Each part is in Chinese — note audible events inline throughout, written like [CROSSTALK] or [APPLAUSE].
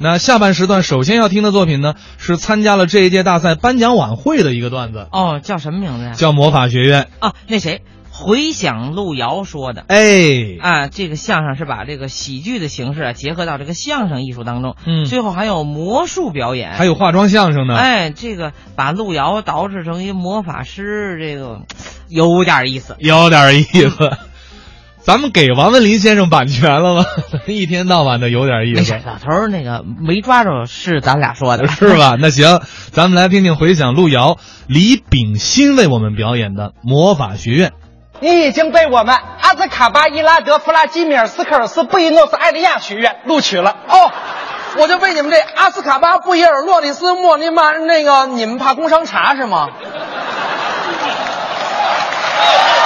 那下半时段首先要听的作品呢，是参加了这一届大赛颁奖晚会的一个段子，哦，叫什么名字呀？叫《魔法学院》。啊，那谁，回响路遥说的。哎，啊，这个相声是把这个喜剧的形式啊结合到这个相声艺术当中，嗯最后还有魔术表演，还有化妆相声呢。哎，这个把路遥捯饬成一魔法师，这个有点意思。有点意思。 [LAUGHS] 咱们给王文林先生版权了吗？ [LAUGHS] 一天到晚的有点意没思事，，老头儿那个没抓着是咱俩说 [LAUGHS] 的，是吧？那行，咱们来听听回响路遥李炳新为我们表演的《魔法学院》。你已经被我们阿兹卡巴、伊拉德、弗拉基米尔斯科尔斯、布宜诺斯艾利亚学院录取了哦。我就被你们这阿斯卡巴、布宜尔诺里斯、莫尼曼那个，你们怕工商查是吗？哎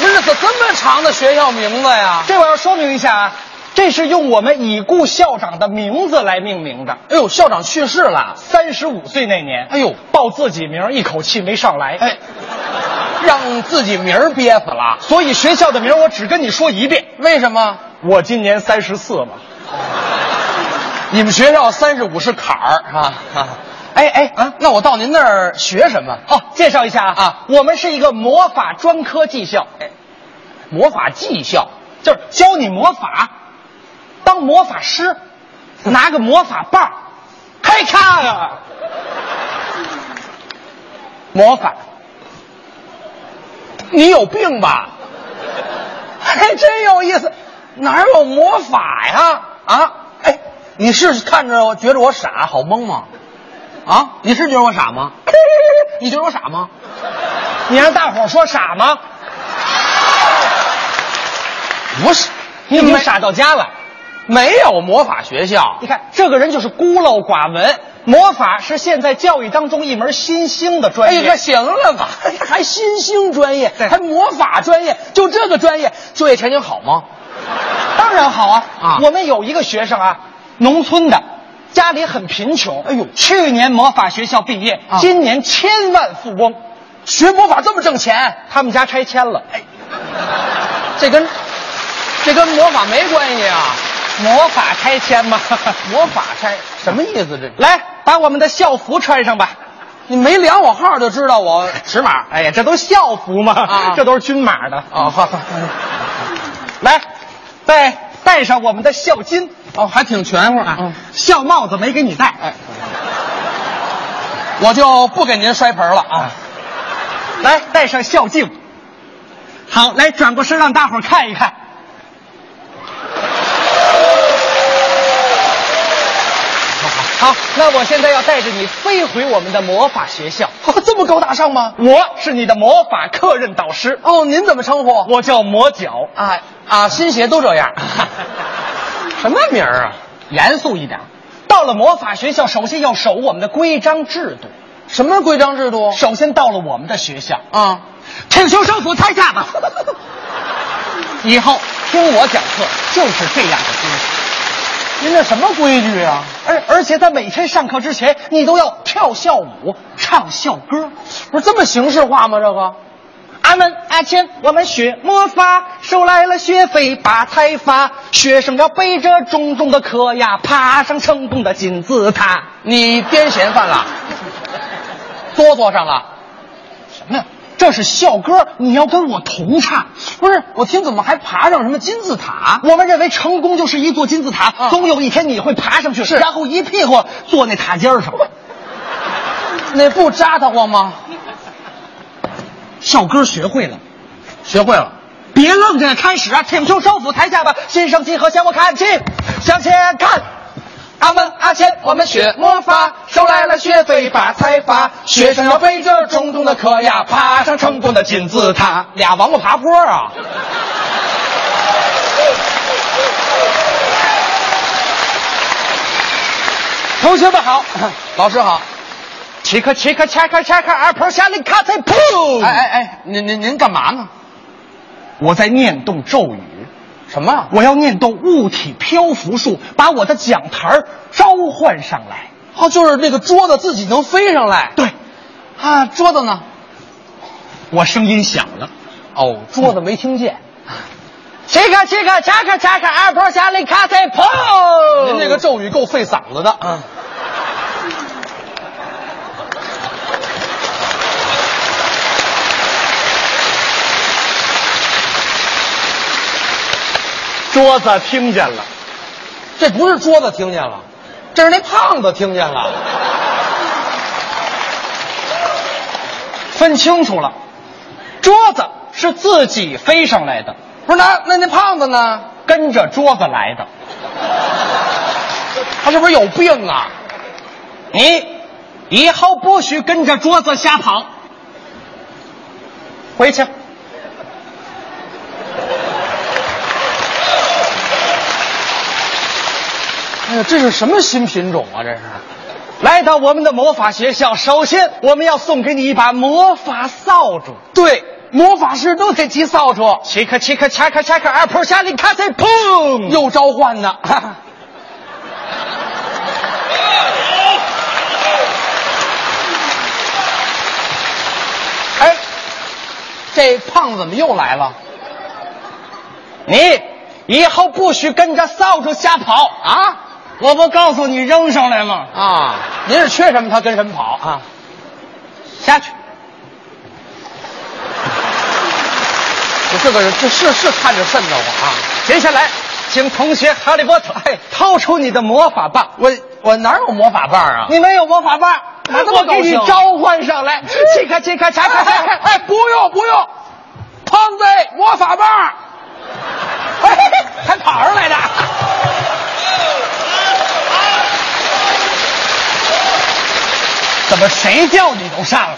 不是，怎这么长的学校名字呀？这我要说明一下啊，这是用我们已故校长的名字来命名的。哎呦，校长去世了，三十五岁那年，哎呦，报自己名儿一口气没上来，哎，让自己名儿憋死了。所以学校的名儿我只跟你说一遍，为什么？我今年三十四了。你们学校三十五是坎儿啊。哎哎啊！那我到您那儿学什么？哦，介绍一下啊，我们是一个魔法专科技校。哎，魔法技校就是教你魔法，当魔法师，拿个魔法棒，嘿咔呀，魔法，你有病吧？ [LAUGHS] 还真有意思，哪有魔法呀？啊，哎，你是看着我觉得我傻好懵吗？啊，你是觉得我傻 [LAUGHS] 吗？你觉得我傻吗？你让大伙说傻吗？不是，你们傻到家了。没有魔法学校，你看这个人就是孤陋寡闻。魔法是现在教育当中一门新兴的专业。哎呀，行了吧，还新兴专业，还魔法专业，就这个专业，就业前景好吗？当然好啊！啊我们有一个学生啊，农村的，家里很贫穷。哎呦，去年魔法学校毕业，啊今年千万富翁，学魔法这么挣钱？他们家拆迁了。哎，这跟这跟魔法没关系啊！魔法拆迁吗？ [LAUGHS] 魔法拆什么意思？这来把我们的校服穿上吧。你没量我号就知道我尺码。哎呀，这都校服嘛，啊这都是军码的啊。好好来，戴戴上我们的校巾。哦，还挺全乎啊。校帽子没给你戴，哎，我就不给您摔盆了啊。来，戴上校镜。好，来转过身让大伙儿看一看。好，那我现在要带着你飞回我们的魔法学校。哦，这么高大上吗？我是你的魔法课任导师。哦，您怎么称呼？我叫魔脚。啊啊，新鞋都这 [LAUGHS] 样。什么名儿啊？严肃一点。到了魔法学校，首先要守我们的规章制度。什么规章制度？首先到了我们的学校啊，请求政府拆下 [LAUGHS] 吧。以后听我讲课就是这样的姿势。您这什么规矩啊？而而且在每天上课之前，你都要跳校舞、唱校歌，不是这么形式化吗？这个。阿门阿谦，我们学魔法，收来了学费把财发，学生要背着重重的课呀，爬上成功的金字塔。你癫痫犯了，哆嗦上了。什么呀？这是校歌，你要跟我同唱。不是，我听怎么还爬上什么金字塔？我们认为成功就是一座金字塔，总有一天你会爬上去，是，然后一屁股坐那塔尖儿上。那不扎得慌吗？校歌学会了，学会了。别愣着，开始啊！请求政府抬价吧，新生集合向我看齐，向前看。阿门阿谦，我们学魔法，收来了学费把财发，学生要背着重重的课呀，爬上成功的金字塔。俩王八爬坡啊！同学们好，老师好。切克切克恰克恰克二婆下令咔嚓噗！哎哎哎，您您您干嘛呢？我在念动咒语。什么？我要念动物体漂浮术，把我的讲台儿召唤上来。哦，就是那个桌子自己能飞上来。对，啊，桌子呢？我声音响了。哦，桌子没听见。切克切克恰克恰克二婆下令咔嚓噗！语够费嗓子的啊。桌子听见了，这不是桌子听见了，这是那胖子听见了。分清楚了，桌子是自己飞上来的，不是那那那胖子呢？跟着桌子来的，他是不是有病啊？你以后不许跟着桌子瞎跑，回去。哎呀，这是什么新品种啊？这是。来到我们的魔法学校，首先我们要送给你一把魔法扫帚。对，魔法师都得骑扫帚。切克切克恰克恰克，阿婆下里咔嚓砰，又召唤呢。哎，这胖子怎么又来了？你以后不许跟着扫帚瞎跑啊！我不告诉你扔上来吗？啊，您是缺什么他跟什么跑啊？下去。我这个人，这是是看着瘆得慌啊！接下来，请同学哈利波特，哎，掏出你的魔法棒。我我哪有魔法棒啊？你没有魔法棒，我给你召唤上 [LAUGHS] 来。切咔切咔嚓咔嚓，啊哎，不用不用，胖子，魔法棒，哎， [LAUGHS] 还跑上来的。怎么谁叫你都上了？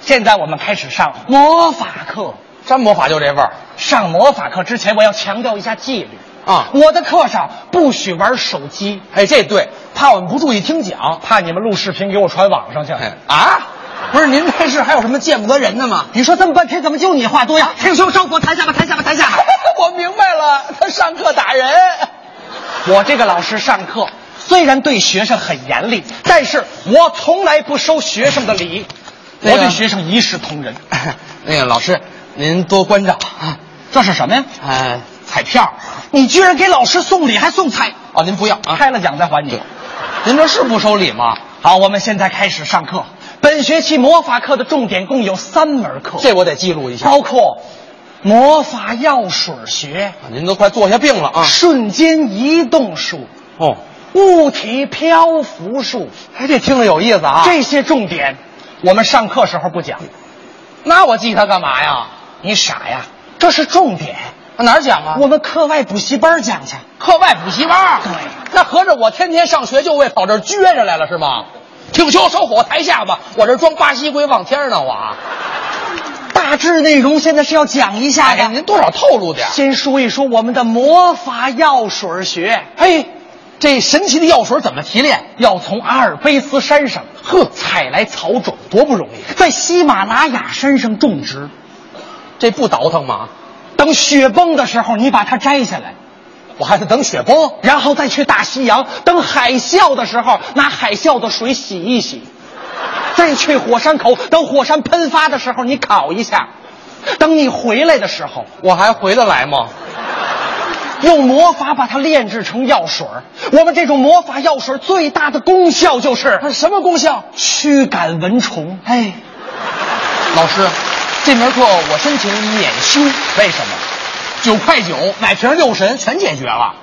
现在我们开始上魔法课。真魔法就这味儿。上魔法课之前，我要强调一下纪律啊！我的课上不许玩手机。哎，这对，怕我们不注意听讲，怕你们录视频给我传网上去。啊！不是您这是还有什么见不得人的吗？你说这么半天，怎么就你话多呀？ [LAUGHS] 听说收火，抬下巴，抬下巴，抬下巴。 [LAUGHS] 我明白了，他上课打人。我这个老师上课虽然对学生很严厉，但是我从来不收学生的礼，我那个对学生一视同仁。 [LAUGHS] 那个老师，您多关照啊。这是什么呀？呃，彩票！你居然给老师送礼，还送彩？哦，您不要啊。开了奖再还你。您这是不收礼吗？好，我们现在开始上课。本学期魔法课的重点共有三门课，这我得记录一下。包括魔法药水学、啊您都快坐下病了啊。瞬间移动术、哦，物体漂浮术，哎，这听着有意思啊。这些重点我们上课时候不讲。那我记它干嘛呀？你傻呀？这是重点，那哪儿讲啊？我们课外补习班讲去。课外补习班。对那合着我天天上学就为跑这儿撅着来了是吗？挺胸收火抬下巴，我这装巴西龟望天呢我啊。大致内容现在是要讲一下的。哎，您多少透露点儿。先说一说我们的魔法药水学，嘿，这神奇的药水怎么提炼？要从阿尔卑斯山上呵采来草种，多不容易，在喜马拉雅山上种植。这不倒腾吗？等雪崩的时候，你把它摘下来，我还得等雪崩。然后再去大西洋；等海啸的时候，拿海啸的水洗一洗，再去火山口；等火山喷发的时候，你烤一下；等你回来的时候，我还回得来吗？用魔法把它炼制成药水儿。我们这种魔法药水儿最大的功效就是什么功效？驱赶蚊虫。哎，老师，这门课我申请免修，为什么？九块九买瓶六神全解决了。